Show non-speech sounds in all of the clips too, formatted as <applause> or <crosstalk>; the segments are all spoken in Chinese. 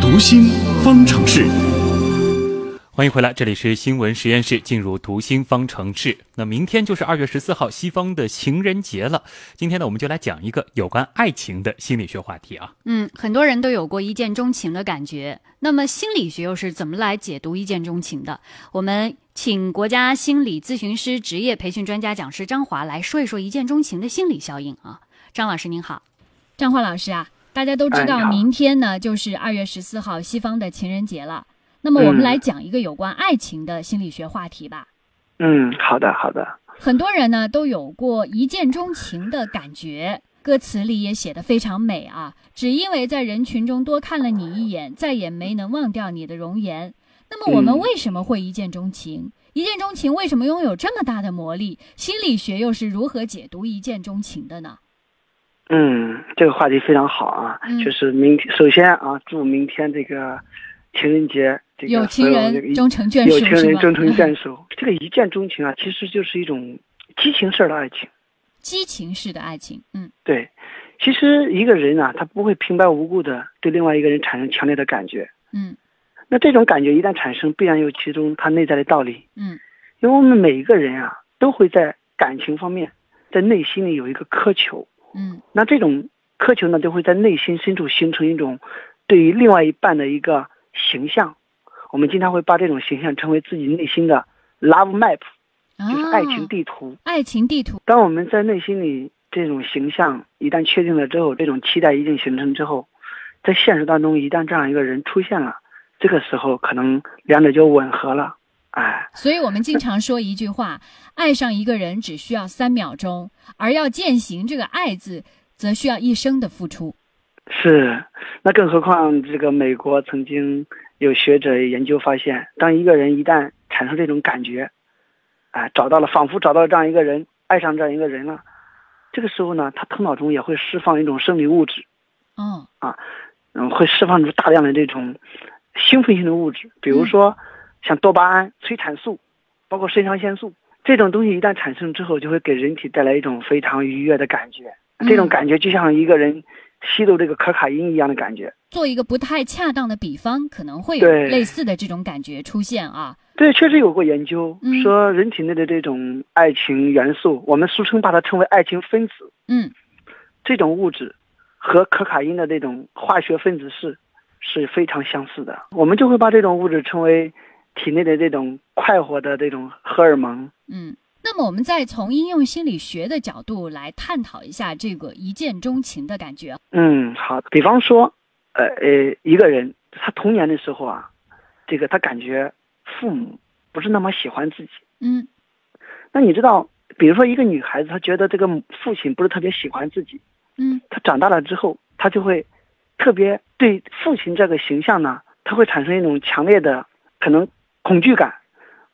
读心方程式。欢迎回来，这里是新闻实验室，进入读心方程式。那明天就是二月十四号，西方的情人节了。今天呢，我们就来讲一个有关爱情的心理学话题啊。嗯，很多人都有过一见钟情的感觉。那么心理学又是怎么来解读一见钟情的？我们请国家心理咨询师职业培训专家讲师张华来说一说一见钟情的心理效应啊。张老师您好，张焕老师啊，大家都知哎你道，好明天呢就是二月十四号西方的情人节了。那么我们嗯来讲一个有关爱情的心理学话题吧。嗯，好的，好的，很多人呢都有过一见钟情的感觉，歌词里也写得非常美啊。只因为在人群中多看了你一眼，再也没能忘掉你的容颜。那么我们嗯为什么会一见钟情？一见钟情为什么拥有这么大的魔力？心理学又是如何解读一见钟情的呢？嗯，这个话题非常好啊，嗯就是明天首先啊，祝明天这个情人节，这个有情所这个人一终成眷属，有情是人吗终成眷属。 <laughs> 这个一见钟情啊，其实就是一种激情式的爱情。激情式的爱情，嗯对，其实一个人啊，他不会平白无故的对另外一个人产生强烈的感觉。嗯那这种感觉一旦产生，必然有其中它内在的道理。嗯因为我们每一个人啊，都会在感情方面，在内心里有一个苛求。嗯那这种苛求呢，就会在内心深处形成一种对于另外一半的一个形象。我们经常会把这种形象称为自己内心的 love map，啊，就是爱情地图。爱情地图，当我们在内心里这种形象一旦确定了之后，这种期待一定形成之后，在现实当中一旦这样一个人出现了，这个时候可能两者就吻合了。哎，所以我们经常说一句话：爱上一个人只需要三秒钟，而要践行这个“爱”字，则需要一生的付出。是，那更何况这个美国曾经有学者研究发现，当一个人一旦产生这种感觉，啊，找到了，仿佛找到了这样一个人，爱上这样一个人了，这个时候呢，他头脑中也会释放一种生理物质，嗯嗯，会释放出大量的这种兴奋性的物质，比如说像多巴胺、催产素，包括肾上腺素这种东西，一旦产生之后，就会给人体带来一种非常愉悦的感觉。这种嗯感觉就像一个人吸入这个可卡因一样的感觉。做一个不太恰当的比方，可能会有对类似的这种感觉出现啊。对，确实有过研究嗯说，人体内的这种爱情元素，我们俗称把它称为爱情分子，嗯这种物质和可卡因的这种化学分子式是非常相似的，我们就会把这种物质称为体内的这种快活的这种荷尔蒙。嗯。那么我们再从应用心理学的角度来探讨一下这个一见钟情的感觉。嗯，好，比方说，呃呃，一个人他童年的时候啊，这个他感觉父母不是那么喜欢自己。嗯那你知道，比如说一个女孩子，她觉得这个母父亲不是特别喜欢自己，嗯她长大了之后，她就会特别对父亲这个形象呢，她会产生一种强烈的可能恐惧感、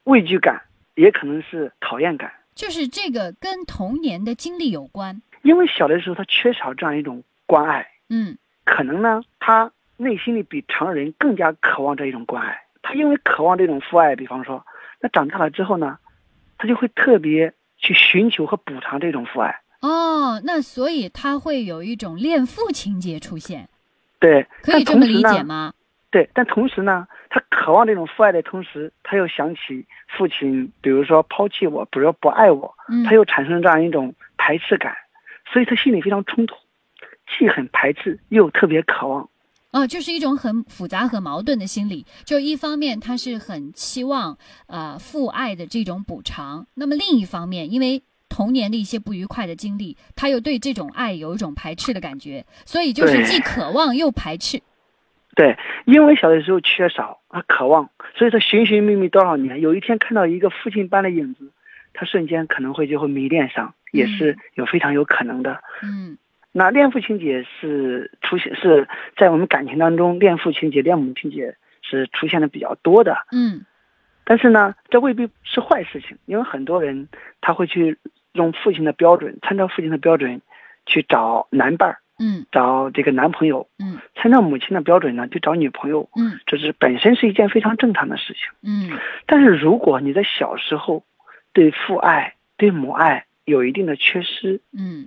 畏惧感，也可能是讨厌感，就是这个跟童年的经历有关。因为小的时候她缺少这样一种关爱，嗯可能呢，她内心里比常人更加渴望这一种关爱，她因为渴望这种父爱，比方说，那长大了之后呢，她就会特别去寻求和补偿这种父爱。哦，那所以他会有一种恋父情节出现，对，可以但这么同时理呢解吗？对，但同时呢，他渴望这种父爱的同时，他又想起父亲，比如说抛弃我，比如说不爱我，嗯，他又产生这样一种排斥感，所以他心里非常冲突，既很排斥，又特别渴望。哦，就是一种很复杂和矛盾的心理。就一方面，他是很期望呃父爱的这种补偿；那么另一方面，因为童年的一些不愉快的经历，他又对这种爱有一种排斥的感觉，所以就是对既渴望又排斥。对，因为小的时候缺少，他渴望，所以他寻寻觅觅多少年，有一天看到一个父亲般的影子，他瞬间可能会就会迷恋上，也是有非常有可能的。嗯那恋父情节是出现是在我们感情当中，恋父情节、恋母情节是出现的比较多的。嗯但是呢，这未必是坏事情，因为很多人他会去用父亲的标准，参照父亲的标准去找男伴儿，嗯找这个男朋友；嗯参照母亲的标准呢，去找女朋友。嗯这是本身是一件非常正常的事情。嗯但是如果你在小时候对父爱、对母爱有一定的缺失，嗯，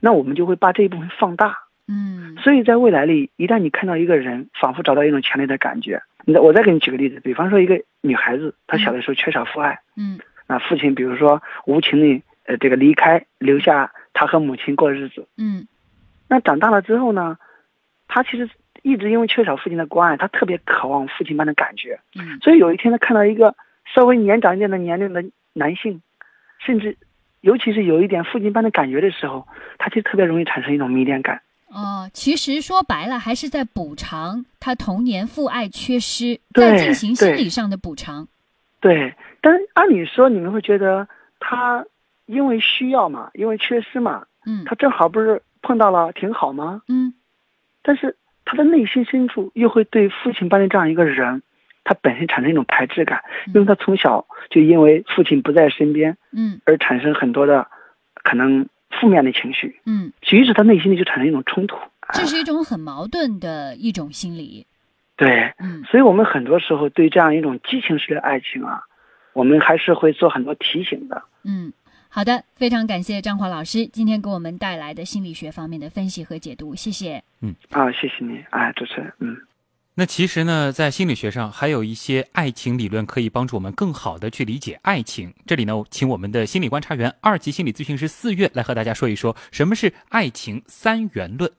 那我们就会把这一部分放大。嗯所以在未来里，一旦你看到一个人，仿佛找到一种强烈的感觉。你再我再给你举个例子，比方说一个女孩子，她小的时候缺少父爱，嗯那父亲比如说无情的呃这个离开，留下她和母亲过日子。嗯那长大了之后呢，她其实一直因为缺少父亲的关爱，她特别渴望父亲般的感觉。嗯所以有一天，她看到一个稍微年长一点的年龄的男性，甚至尤其是有一点父亲般的感觉的时候，她其实特别容易产生一种迷恋感。哦，其实说白了还是在补偿他童年父爱缺失，在对进行心对理上的补偿。对，但是按理说你们会觉得他因为需要嘛，因为缺失嘛，嗯他正好不是碰到了挺好吗？嗯但是他的内心深处又会对父亲般的这样一个人，他本身产生一种排斥感，因为他从小就因为父亲不在身边嗯而产生很多的可能负面的情绪，嗯，于是他内心里就产生一种冲突。这是一种很矛盾的一种心理。对，嗯所以我们很多时候对这样一种激情式的爱情啊，我们还是会做很多提醒的。嗯，好的，非常感谢张华老师今天给我们带来的心理学方面的分析和解读，谢谢。啊，谢谢你，哎，主持人，嗯，那其实呢，在心理学上还有一些爱情理论可以帮助我们更好的去理解爱情。这里呢，请我们的心理观察员、二级心理咨询师四月来和大家说一说什么是爱情三元论。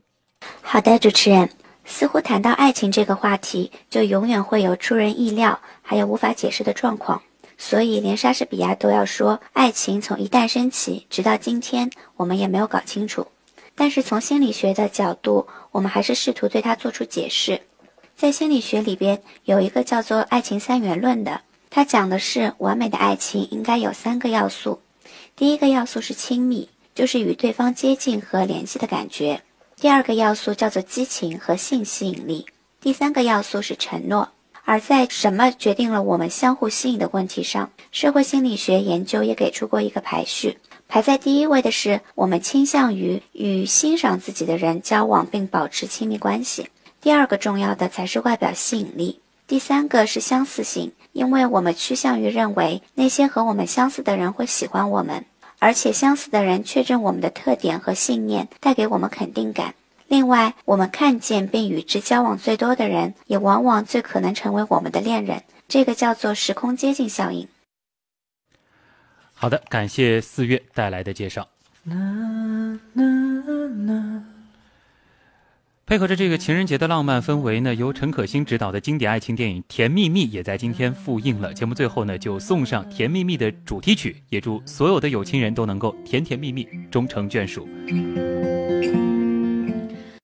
好的，主持人，似乎谈到爱情这个话题，就永远会有出人意料，还有无法解释的状况。所以，连莎士比亚都要说，爱情从一诞升起，直到今天，我们也没有搞清楚。但是从心理学的角度，我们还是试图对它做出解释。在心理学里边有一个叫做爱情三元论的，它讲的是完美的爱情应该有三个要素。第一个要素是亲密，就是与对方接近和联系的感觉。第二个要素叫做激情和性吸引力，第三个要素是承诺。而在什么决定了我们相互吸引的问题上，社会心理学研究也给出过一个排序，排在第一位的是我们倾向于与欣赏自己的人交往并保持亲密关系，第二个重要的才是外表吸引力，第三个是相似性，因为我们趋向于认为那些和我们相似的人会喜欢我们，而且相似的人确认我们的特点和信念，带给我们肯定感。另外，我们看见并与之交往最多的人，也往往最可能成为我们的恋人，这个叫做时空接近效应。好的，感谢四月带来的介绍。配合着这个情人节的浪漫氛围呢，由陈可辛执导的经典爱情电影《甜蜜蜜》也在今天复映了。节目最后呢，就送上《甜蜜蜜》的主题曲，也祝所有的有情人都能够甜甜蜜蜜，终成眷属。